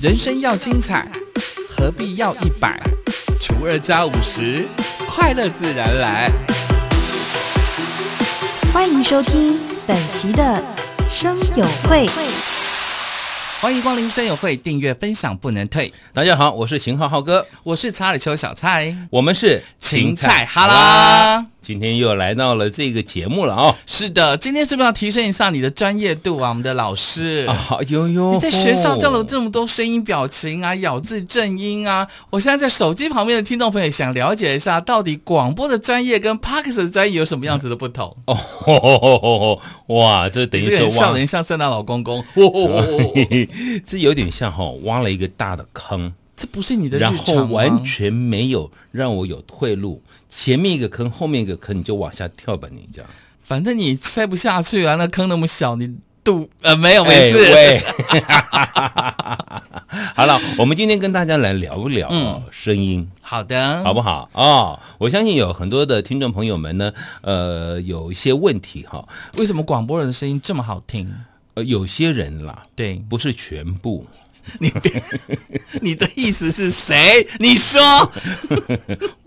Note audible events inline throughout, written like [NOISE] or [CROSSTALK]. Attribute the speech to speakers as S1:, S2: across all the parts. S1: 人生要精彩，何必要一百除二加五十？快乐自然来。
S2: 欢迎收听本期的生友会。
S1: 欢迎光临声友会，订阅分享不能退。
S3: 大家好，我是秦浩浩哥，
S1: 我是查理丘小蔡。
S3: 我们是
S1: 芹菜哈
S3: 啦
S1: 啦，
S3: 今天又来到了这个节目了啊、
S1: 是的，今天是不是要提升一下你的专业度啊？我们的老师，
S3: 啊，呦呦，
S1: 你在学校教了
S3: 哦
S1: 这么多声音表情啊、咬字正音啊，我现在在手机旁边的听众朋友也想了解一下，到底广播的专业跟 p a r k e s 的专业有什么样子的不同？
S3: 吼吼吼吼吼哇，这
S1: 哦
S3: 等
S1: 你
S3: 于
S1: 这个
S3: 是
S1: 人
S3: 挖
S1: 笑，人像圣诞老公公，哦哦哦 [LAUGHS] 哦
S3: 这有点像哈、挖了一个大的坑，
S1: 这不是你的日
S3: 然
S1: 常吗
S3: 后完全没有让我有退路，前面一个坑，后面一个坑，你就往下跳吧，你这样。
S1: 反正你塞不下去啊，那坑那么小，你肚呃没有没
S3: 哎
S1: 事。
S3: 喂， [LAUGHS] 好了，我们今天跟大家来聊一聊、
S1: 嗯
S3: 声音。
S1: 好的，
S3: 好不好啊、哦我相信有很多的听众朋友们呢，呃，有一些问题哈、
S1: 为什么广播人的声音这么好听？
S3: 呃，有些人啦，
S1: 对
S3: 不是全部，
S1: [LAUGHS] 你别， [LAUGHS] 你的意思是谁？你说， [LAUGHS]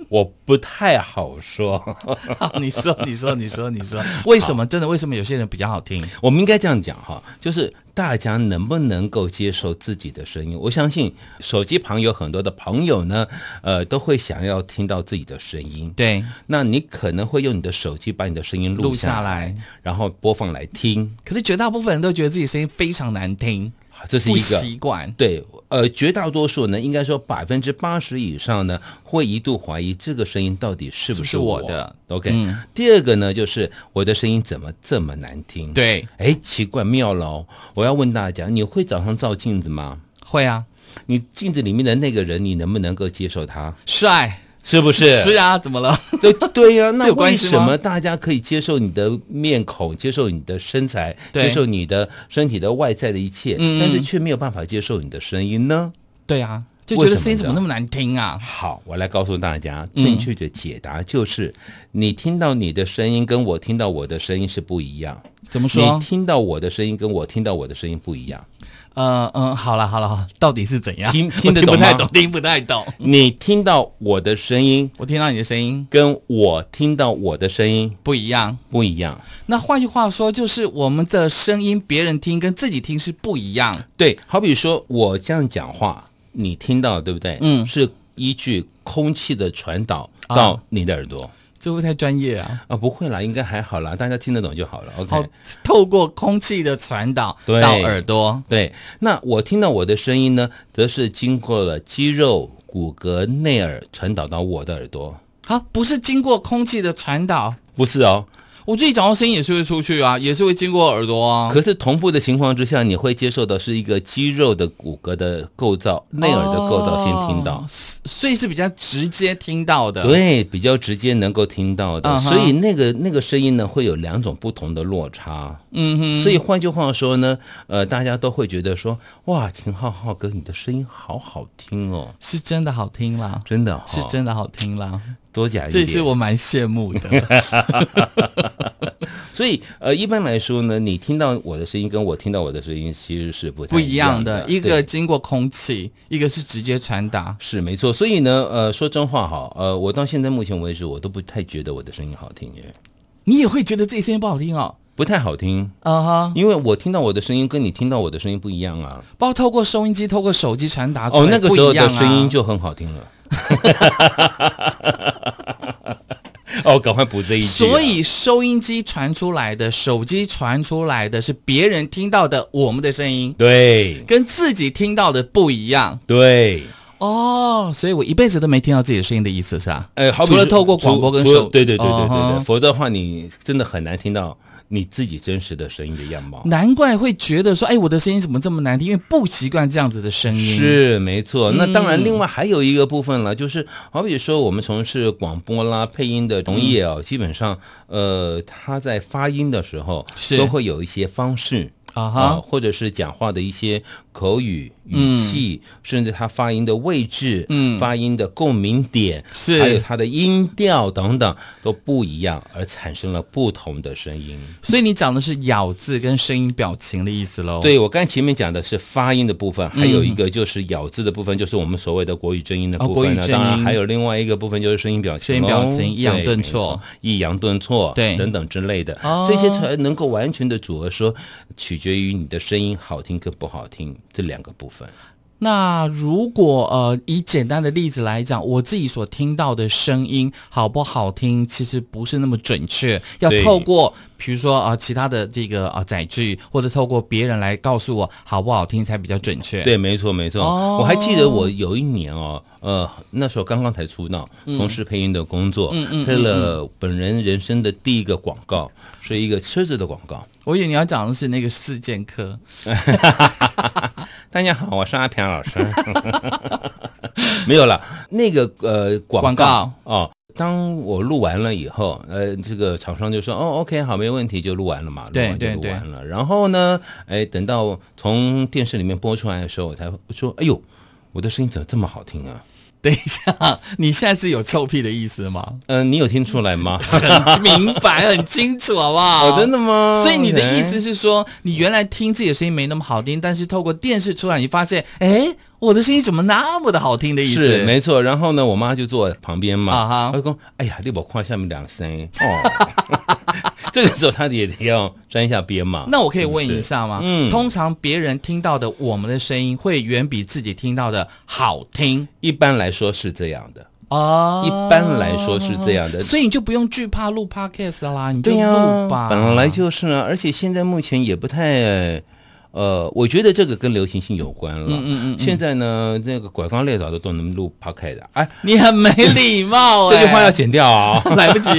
S3: 我不太好说。 [LAUGHS]
S1: 好你说，你说，你说，你说，为什么真的？为什么有些人比较好听？
S3: 我们应该这样讲哈，就是大家能不能够接受自己的声音？我相信手机旁有很多的朋友呢，呃，都会想要听到自己的声音。
S1: 对，
S3: 那你可能会用你的手机把你的声音
S1: 录
S3: 录
S1: 下
S3: 下来，
S1: 来。
S3: 然后播放来听，
S1: 可是绝大部分人都觉得自己声音非常难听，
S3: 这是
S1: 不
S3: 一个
S1: 习惯。
S3: 对，呃，绝大多数呢，应该说百分之八十以上呢，会一度怀疑这个声音到底是不
S1: 是不是
S3: 我
S1: 我的。
S3: OK，、
S1: 嗯
S3: 第二个呢，就是我的声音怎么这么难听？，
S1: 对，
S3: 哎，奇怪，妙了哦！我要问大家，你会早上照镜子吗？
S1: 会啊，
S3: 你镜子里面的那个人，你能不能够接受他？
S1: 帅
S3: 是不是？
S1: 是啊，怎么了？
S3: 对
S1: [LAUGHS]
S3: 对呀、那
S1: 有关
S3: 为
S1: 系
S3: 什
S1: 吗
S3: 么大家可以接受你的面孔，接受你的身材，
S1: 对
S3: 接受你的身体的外在的一切，
S1: 嗯
S3: 但是却没有办法接受你的声音呢？
S1: 对啊，就
S3: 为
S1: 觉得
S3: 什
S1: 声音
S3: 么
S1: 怎么
S3: 呢
S1: 那么难听啊？
S3: 好，我来告诉大家
S1: 嗯
S3: 正确的解答就是，你听到你的声音跟我听到我的声音是不一样。
S1: 怎么说
S3: 你？听到我的声音跟我听到我的声音不一样。
S1: 呃嗯，好了好了，好了到底是怎样？ [LAUGHS]
S3: 听
S1: 我
S3: 听得
S1: 不
S3: 懂
S1: 太
S3: 吗
S1: 懂，听不太懂。
S3: 你听到我的声音
S1: 我听到你的声音
S3: 跟我听到我的声音
S1: 不一样。
S3: 不一样。
S1: 那换句话说，就是我们的声音，别人听跟自己听是不一样。
S3: 对，好比说我这样讲话，你听到对不对？
S1: 嗯
S3: 是依据空气的传导
S1: 啊
S3: 到你的耳朵。
S1: 这会不会太专业啊！
S3: 啊，不会啦，应该还好啦，大家听得懂就好了。OK，
S1: 好，透过空气的传导
S3: 对
S1: 到耳朵，
S3: 对，那我听到我的声音呢，则是经过了肌肉、骨骼、内耳传导到我的耳朵，
S1: 好，不是经过空气的传导。
S3: 不是哦。
S1: 我自己讲话声音也是会出去啊，也是会经过耳朵啊。
S3: 哦可是同步的情况之下，你会接受的是一个肌肉的骨骼的构造、内耳的构造先听到，
S1: 哦所以是比较直接听到的。，
S3: 对，比较直接能够听到的。
S1: 嗯哼
S3: 所以那个那个声音呢，会有两种不同的落差。
S1: 嗯哼，
S3: 所以换句话说呢，呃，大家都会觉得说，哇，秦昊昊哥，你的声音好好听哦，
S1: 是真的好听啦，
S3: 真的、哦，
S1: 是，真的好听啦，
S3: 多讲一
S1: 这
S3: 点。
S1: 也是我蛮羡慕
S3: [LAUGHS]
S1: 的。
S3: 所以，呃，一般来说呢，你听到我的声音跟我听到我的声音其实是不太
S1: 不一样
S3: 的
S1: 的，，一个
S3: 对
S1: 经过空气，一个是直接传达。
S3: 是没错。所以呢，呃，说真话哈，呃，我到现在目前为止，我都不太觉得我的声音好听耶，
S1: 你也会觉得自己声音不好听哦。
S3: 不太好听，
S1: 啊哈，
S3: 因为我听到我的声音跟你听到我的声音不一样啊。
S1: 包括透过收音机、透过手机传达出来
S3: 哦，那个时候的声音
S1: 就
S3: 就很好听
S1: [LAUGHS]
S3: 了。哦，赶快补这一句啊、
S1: 所以收音机传出来的、手机传出来的是别人听到的我们的声音，
S3: 对
S1: 跟自己听到的不一样
S3: 对。
S1: 哦。所以我一辈子都没听到自己的声音的意思是吧？
S3: 呃，好比
S1: 除了
S3: 是
S1: 透过广播跟
S3: 除除了
S1: 手
S3: 对对对对对对，
S1: 哦哈
S3: 否则的话你真的很难听到你自己真实的声音的样貌。
S1: 难怪会觉得说，哎，我的声音怎么这么难听？因为不习惯这样子的声音。，
S3: 是没错，那当然，
S1: 嗯
S3: 另外还有一个部分了，就是好比说我们从事广播啦、配音的从业
S1: 嗯
S3: 哦，基本上呃，他在发音的时候
S1: 是
S3: 都会有一些方式
S1: 啊哈
S3: 或者是讲话的一些口语语气，甚至它发音的位置，
S1: 嗯
S3: 发音的共鸣点，
S1: 是
S3: 还有它的音调等等都不一样，而产生了不同的声音。
S1: 所以你讲的是咬字跟声音表情的意思喽？，
S3: 对我刚才前面讲的是发音的部分，还有一个就是咬字的部分，就是我们所谓的国语正音的
S1: 哦
S3: 部分
S1: 国
S3: 呢。
S1: 语正音
S3: 当然还有另外一个部分就是声音表情
S1: 声音
S3: 咯，
S1: 表情抑扬
S3: 对
S1: 顿
S3: 没
S1: 挫
S3: 错抑扬顿挫，
S1: 对
S3: 等等之类的
S1: 哦，
S3: 这些才能够完全的组合说，取决于你的声音好听跟不好听这两个部分。
S1: 那如果呃以简单的例子来讲，我自己所听到的声音好不好听，其实不是那么准确，要
S3: 对
S1: 透过比如说啊、呃其他的这个啊、呃载具，或者透过别人来告诉我好不好听才比较准确。，
S3: 对，没错，没错。
S1: 哦
S3: 我还记得我有一年哦，呃，那时候刚刚才出道，
S1: 嗯
S3: 从事配音的工作，配了本人人生的第一个广告，是一个车子的广告。
S1: 我以为你要讲的是那个四剑客。
S3: 大家好，我是阿平老
S1: [LAUGHS]
S3: 师。没有了，那个呃
S1: 广
S3: 广
S1: 告
S3: 哦。当我录完了以后，呃，这个厂商就说：“哦，OK，好，没问题，就录完了嘛，录
S1: 对
S3: 完就
S1: 对
S3: 录
S1: 对
S3: 完了。”然后呢，哎，等到从电视里面播出来的时候，我才说：“哎呦，我的声音怎么这么好听啊
S1: 等一下，你现在是有臭屁的意思
S3: [LAUGHS]
S1: 吗？？”
S3: 嗯、你有听出来
S1: [LAUGHS]
S3: 吗？
S1: 很明白，很清楚，好不好？
S3: 哦，真的吗？
S1: 所以你的意思
S3: 哎
S1: 是说，你原来听自己的声音没那么好听，但是透过电视出来，你发现，哎，我的声音怎么那么的好听的意思？
S3: 哎是没错。然后呢，我妈就坐旁边
S1: 啊
S3: 嘛
S1: 哈，
S3: 她说：“哎呀，你我看下面两声哦。” [LAUGHS] 这个时候她也得要沾一下边嘛。
S1: 那我可以问一
S3: 是不是，
S1: 下吗？
S3: 嗯
S1: 通常别人听到的我们的声音，会远比自己听到的好听
S3: 一般来说是这样的，
S1: 哦。
S3: 一般来说是这样的
S1: 所以你就不用惧怕录 podcast 啦，你就
S3: 对呀、
S1: 录吧。
S3: 本来就是呢，而且现在目前也不太。呃，我觉得这个跟流行性有关了。嗯嗯嗯现在呢，那个拐弯猎枣的都能录 p o c k e t 的，哎，
S1: 你很没礼貌、
S3: 这
S1: 哎，
S3: 句话要剪掉啊、
S1: 来不及。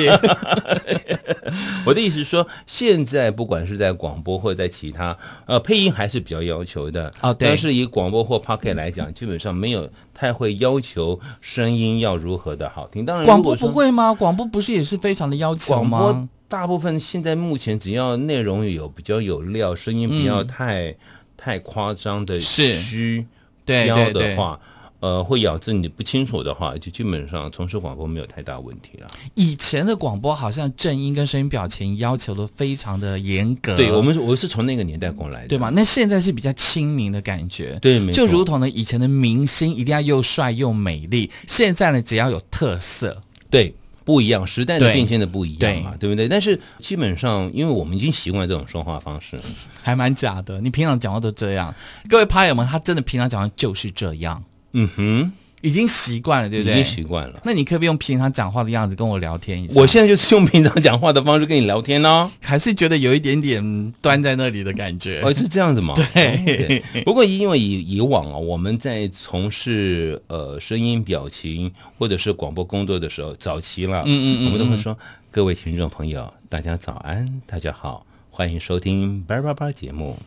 S3: 我的意思是说，现在不管是在广播或者在其他，呃，配音还是比较要求的
S1: 哦对
S3: 但是以广播或 p o c k e t 来讲，基本上没有太会要求声音要如何的好听。当
S1: [LAUGHS]
S3: 然，
S1: 广
S3: 如 [LAUGHS]
S1: 播
S3: 果说
S1: 不会吗？广播不是也是非常的要求
S3: 广
S1: 吗？
S3: 播大部分现在目前只要内容有比较有料，声音不要太、太夸张的
S1: 嗯是
S3: 虚
S1: 对
S3: 飙
S1: 对
S3: 的
S1: 对。
S3: 话。呃，会咬字你不清楚的话，就基本上从事广播没有太大问题了。
S1: 以前的广播好像正音跟声音表情要求的非常的严格，
S3: 对我们是，我是从那个年代过来
S1: 嗯
S3: 的，
S1: 对吗？？那现在是比较亲民的感觉，
S3: 对没错
S1: 就如同呢以前的明星一定要又帅又美丽，现在呢只要有特色，
S3: 对，不一样，时代的
S1: 对
S3: 变迁的不一样嘛，对不对？但是基本上，因为我们已经习惯这种说话方式了，
S1: 还蛮假的。你平常讲话都这样，各位趴友们，他真的平常讲话就是这样，
S3: 嗯哼，
S1: 已经习惯了，对
S3: 已
S1: 不
S3: 经
S1: 对？
S3: 习惯了。
S1: 那你可不可以用平常讲话的样子跟我聊天一下？
S3: 我现在就是用平常讲话的方式跟你聊天呢、
S1: 还是觉得有一点点端在那里的感觉。
S3: 哦，是这样子吗？
S1: 对
S3: 哦对不过因为以以往啊，我们在从事呃声音表情或者是广播工作的时候，早期了，
S1: 嗯嗯嗯
S3: 我们都会说各位听众朋友，大家早安，大家好，欢迎收听八八八节目。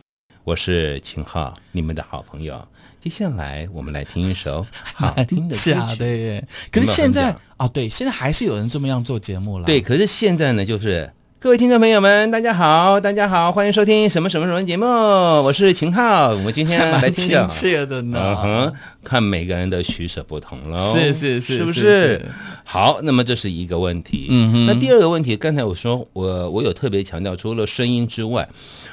S3: 我是秦昊，你们的好朋友。接下来我们来听
S1: [LAUGHS]
S3: 一首好
S1: 啊
S3: 听的歌曲。
S1: 假的耶！可是现
S3: 有没有
S1: 在
S3: 很假
S1: 啊，对，现在还是有人这么样做节目了。
S3: 对，可是现在呢，就是各位听众朋友们，大家好，大家好，欢迎收听什么什么什么节目，我是秦昊，我们今天
S1: 还 [LAUGHS]
S3: 来
S1: 蛮亲
S3: 听一首
S1: 切的
S3: 嗯
S1: 呢。
S3: 哼，看每个人的取舍不同喽。
S1: 是是是
S3: 是不
S1: 是
S3: 是
S1: 是？
S3: 好，那么这是一个问题。
S1: 嗯哼
S3: 那第二个问题，刚才我说我我有特别强调，除了声音之外，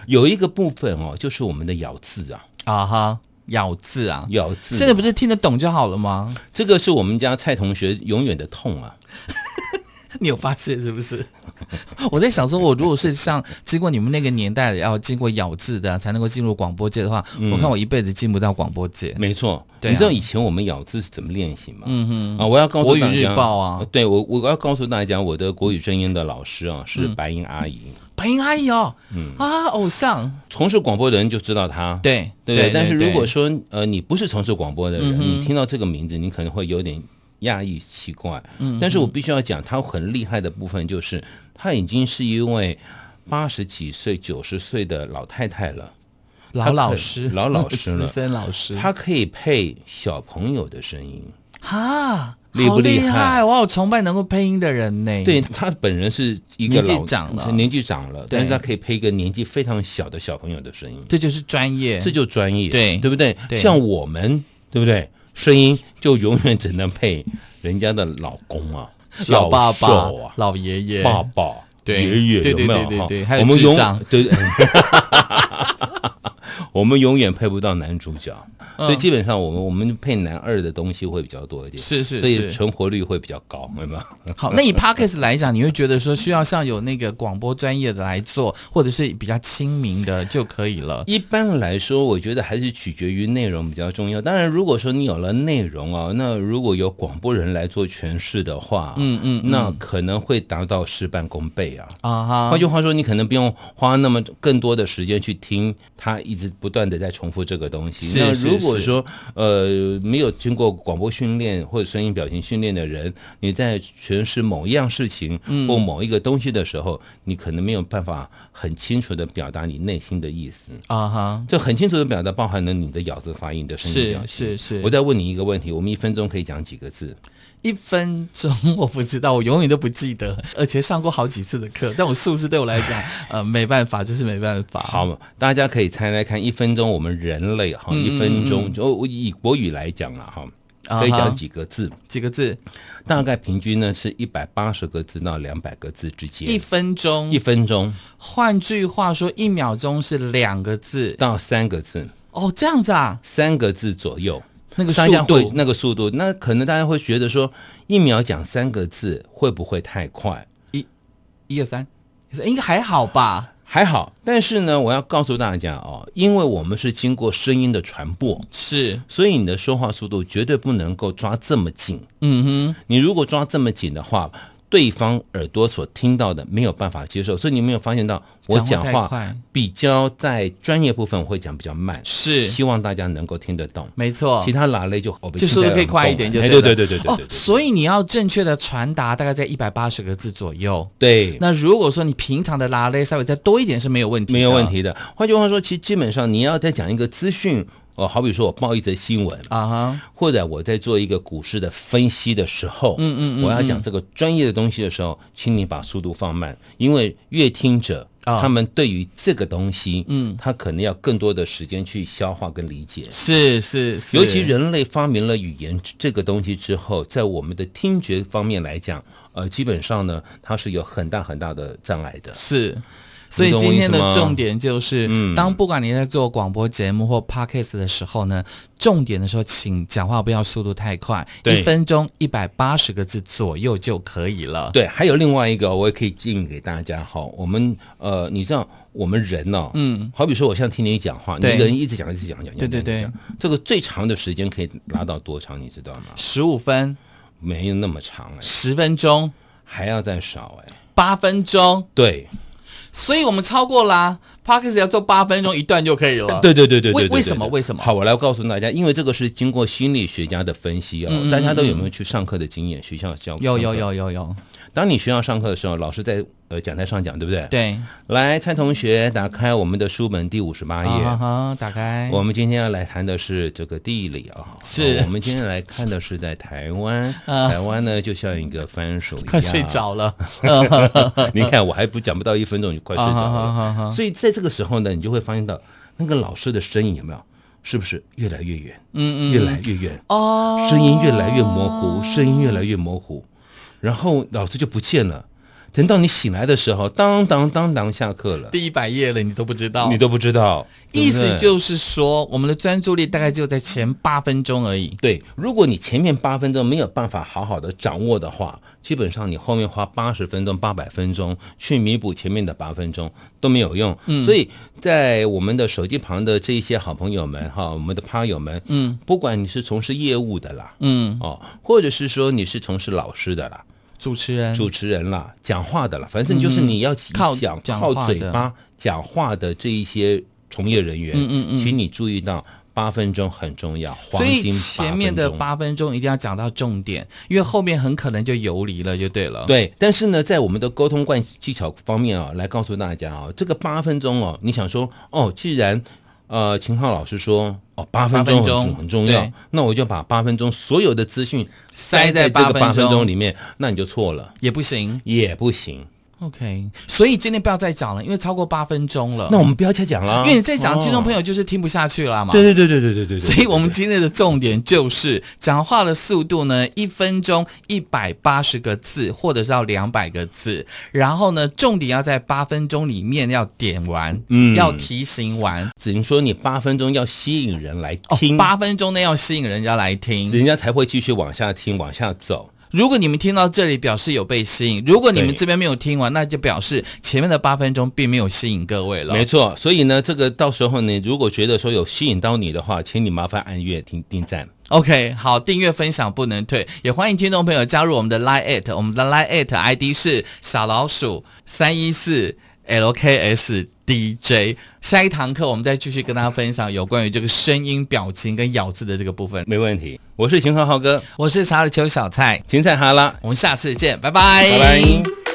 S3: 有一个部分哦，就是我们的咬字啊，
S1: 啊哈，咬字啊，
S3: 咬字。
S1: 现在不是听得懂就好了吗？ [LAUGHS]
S3: 这个是我们家蔡同学永远的痛啊。
S1: 你有发现是不是？ [LAUGHS] 我在想说，我如果是像经过你们那个年代的，要经过咬字的啊才能够进入广播界的话，
S3: 嗯
S1: 我看我一辈子进不到广播界。
S3: 没错，
S1: 对啊
S3: 你知道以前我们咬字是怎么练习吗？
S1: 嗯哼，
S3: 啊，我要告诉
S1: 国语
S3: 大家
S1: 日报啊
S3: 对我我要告诉大家，我的国语正音的老师啊
S1: 嗯
S3: 是白英阿姨，
S1: 白银阿姨哦，
S3: 嗯
S1: 啊，偶像，
S3: 从事广播的人就知道她。
S1: 对嗯
S3: 对不对？但是如果说呃你不是从事广播的人，你听到这个名字，你可能会有点讶异奇怪。嗯，但是我必须要讲，他很厉害的部分就是他已经是一位八十几岁、九十岁的老太太了，
S1: 老老师， [LAUGHS]
S3: 老老师了
S1: 资深老师，嗯
S3: 她可以配小朋友的声音。
S1: 哈，
S3: 厉不厉
S1: 好害？我好崇拜能够配音的人呢。
S3: 对他本人是一个
S1: 年纪
S3: 老
S1: 长了
S3: 年纪长了，但是
S1: 对
S3: 他可以配一个年纪非常小的小朋友的声音，
S1: 这就是专业。
S3: 这就专业，
S1: 对
S3: 对不对？
S1: 对
S3: 像我们，对不对？声音就永远只能配人家的老公啊，
S1: [LAUGHS] 老爸
S3: 教
S1: 爸
S3: 授啊、，
S1: 老爷爷，
S3: 爸爸、
S1: 对
S3: 爷爷，
S1: 对对
S3: 有没有
S1: 对对
S3: 哈
S1: 对还有
S3: 我们永
S1: 智障
S3: [LAUGHS] 对，对我们永远配不到男主角，
S1: 嗯
S3: 所以基本上我们我们配男二的东西会比较多一点，
S1: 是是
S3: 所以
S1: 是
S3: 存活率会比较高，明白吗？
S1: 好，那以 podcast 来讲，你会觉得说需要像有那个广播专业的来做，或者是比较亲民的就可以了。
S3: 一般来说，我觉得还是取决于内容比较重要。当然，如果说你有了内容啊，那如果有广播人来做诠释的话，嗯嗯，那可能会达到事半功倍啊。
S1: 啊哈，
S3: 换句话说，你可能不用花那么更多的时间去听他一直不断的在重复这个东西。
S1: 是
S3: 那
S1: 是
S3: 如果
S1: 是
S3: 说呃没有经过广播训练或者声音表情训练的人，你在诠释某一样事情
S1: 嗯
S3: 或某一个东西的时候，你可能没有办法很清楚的表达你内心的意思。
S1: 啊哈，
S3: 这很清楚的表达包含了你的咬字发音的声音
S1: 是
S3: 表情。
S1: 是是
S3: 嗯我再问你一个问题，我们一分钟可以讲几个字？
S1: 一分钟我不知道，我永远都不记得，而且上过好几次的课，但我数字对我来
S3: [LAUGHS]
S1: 讲，呃，没办法，就是没办法。，
S3: 好，大家可以猜猜看，一分钟我们人类
S1: 嗯
S3: 哈，一分钟就我以国语来讲了哈，
S1: 啊哈
S3: 可以讲几个字？
S1: 几个字，
S3: 大概平均呢是一百八十个字到两百个字之
S1: 一
S3: 间。
S1: 分钟
S3: 一。分钟
S1: 换句话说，一秒钟是两个字。
S3: 到三个字，
S1: 哦，这样子啊，
S3: 三个字左右。
S1: 那个速
S3: 大家会
S1: 度。
S3: 那个速度，那可能大家会觉得说，一秒讲三个字会不会太快？
S1: 一二三，应该还好吧？
S3: 还好，但是呢，我要告诉大家哦，因为我们是经过声音的传播，
S1: 是，
S3: 所以你的说话速度绝对不能够抓这么紧。
S1: 嗯哼，
S3: 你如果抓这么紧的话，对方耳朵所听到的没有办法接受，所以你有没有发现到我
S1: 讲
S3: 讲
S1: 话太
S3: 话
S1: 快
S3: 比较在专业部分我会讲比较慢，
S1: 是
S3: 希望大家能够听得懂。
S1: 没错
S3: 其。他哪类就哦，
S1: 就速度可以快一点就
S3: 哎
S1: 对
S3: 对
S1: 了，
S3: 对对对对对
S1: 哦，所以你要正确的传达大概在一百八十个字左右。
S3: 对。
S1: 那如果说你平常的拉勒稍微再多一点是没有问题，
S3: 没有问。题的。换句话说，其实基本上你要再讲一个资讯，哦，好比说我报一则新闻，
S1: 啊哈，
S3: 或者我在做一个股市的分析的时候，嗯嗯我要讲这个专业的东西的时候，请你把速度放慢，因为阅听者。
S1: 啊
S3: 他们对于这个东西，嗯，他可能要更多的时间去消化跟理解。
S1: 是是是，
S3: 尤其人类发明了语言这个东西之后，在我们的听觉方面来讲，呃，基本上呢，它是有很大很大的障碍的。
S1: 是。所以
S3: 懂我
S1: 今天
S3: 意思
S1: 的
S3: 吗嗯
S1: 重点就是，当不管你在做广播节目或 podcast 的时候呢，重点的时候，请讲话不要速度太快，
S3: 对
S1: 一分钟一百八十个字左右就可以了。
S3: 对，还有另外一个，我也可以建议给大家哈。我们呃，你知道我们人呢、嗯，好比说我现在听你讲话，你
S1: 对
S3: 一个人一直讲，一直讲，讲，讲
S1: 对对，
S3: 讲
S1: 对
S3: 讲，这个最长的时间可以拉到多长，你知道吗？
S1: 十五分、
S3: 没有那么长哎，
S1: 十分钟、
S3: 还要再少哎。
S1: 八分钟，
S3: 对，
S1: 所以我们超过啦。podcast 要做八分钟一段就可以了。
S3: [LAUGHS] 对对对对对
S1: 为
S3: 对对
S1: 为什么
S3: 对
S1: 为什么
S3: 好，我来告诉大家，因为这个是经过心理学家的分析哦。大家都有没有去上课的经验？学校教
S1: 嗯有，有
S3: 上课
S1: 有有有，
S3: 当你学校上课的时候，老师在呃讲台上讲，对不对？。
S1: 对，
S3: 来，蔡同学，打开我们的书本第五十八页。
S1: 啊哈，打开，
S3: 哎我们今天要来谈的是这个地理啊，
S1: 是
S3: 啊我们今天来看的是在台湾，
S1: 啊
S3: 台湾呢就像一个番薯一样，
S1: 快睡。着了。
S3: [LAUGHS] 你看我还不讲不到一分钟，你就快睡着
S1: 啊哈啊
S3: [LAUGHS] 了。所以在这个时候呢，你就会发现到那个老师的身影有没有，是不是越来越远，嗯嗯，越来越远，
S1: 哦，
S3: 声音越来越模糊，声音越来越模糊，然后老师就不见了。等到你醒来的时候，当当当当下课了，
S1: 第一百页了，你都不知道，
S3: 你都不知道，对不
S1: 意思
S3: 对
S1: 就是说，我们的专注力大概就在前八分钟而已。
S3: 对，如果你前面八分钟没有办法好好的掌握的话，基本上你后面花八十分钟、八百分钟去弥补前面的八分钟都没有用。
S1: 嗯
S3: 所以在我们的手机旁的这一些好朋友们哈，我们的趴友们，嗯，不管你是从事业务的啦，
S1: 嗯，
S3: 哦，或者是说你是从事老师的啦、
S1: 主持人，
S3: 主持人啦、讲话的啦，反正就是你要以
S1: 嗯靠
S3: 讲、
S1: 讲
S3: 靠
S1: 话
S3: 嘴
S1: 的
S3: 巴讲话的这一些从业人员，嗯嗯嗯，请你注意到。八分钟很重要，黄
S1: 所以
S3: 金
S1: 前面
S3: 8
S1: 的
S3: 分钟
S1: 八分钟一定要讲到重点，因为后面很可能就游离了，就对了。，
S3: 对，但是呢，在我们的沟通惯技巧方面啊、来告诉大家啊、这个八分钟哦，你想说哦，既然呃，秦昊老师说，哦，八分
S1: 八分
S3: 钟
S1: 钟
S3: 很很重要
S1: 对，
S3: 那我就把八分钟所有的资讯
S1: 塞在
S3: 在这个
S1: 八
S3: 八
S1: 分
S3: 分
S1: 钟
S3: 钟里面，那你就错了，
S1: 也不行。
S3: 也不行。
S1: 哦 OK，所以今天不要再讲了，因为超过八分钟了。
S3: 那我们不要再讲了，
S1: 因为你再讲，听众朋
S3: 友，
S1: 友就是听不下去了嘛。
S3: 对对对对对对对对，
S1: 所以我们今天的重点就是讲话的速度呢，一分钟一百八十个字，或者是到两百个字。然后呢，重点要在八分钟里面要点完，
S3: 嗯
S1: 要提醒完。
S3: 只能说你八分钟要吸引人来
S1: 哦
S3: 听，，
S1: 八分钟内要吸引人家来听。
S3: 人家才会继续往下听，往下走。
S1: 如果你们听到这里，表示有被吸引；如果你们
S3: 对
S1: 这边没有听完，那就表示前面的八分钟并没有吸引各位了。
S3: 没错，所以呢，这个到时候呢，如果觉得说有吸引到你的话，请你麻烦按月订订赞。
S1: OK，好，订阅分享不能退，也欢迎听众朋友加入我们的 Line at，我们的 Line at ID 是小老鼠三一四 LKS DJ。下一堂课我们再继续跟大家分享有关于这个声音、表情跟咬字的这个部分。
S3: 没问题，我是秦昊浩哥，
S1: 我是查尔丘小蔡，
S3: 芹菜哈拉，
S1: 我们下次见，拜
S3: 拜拜。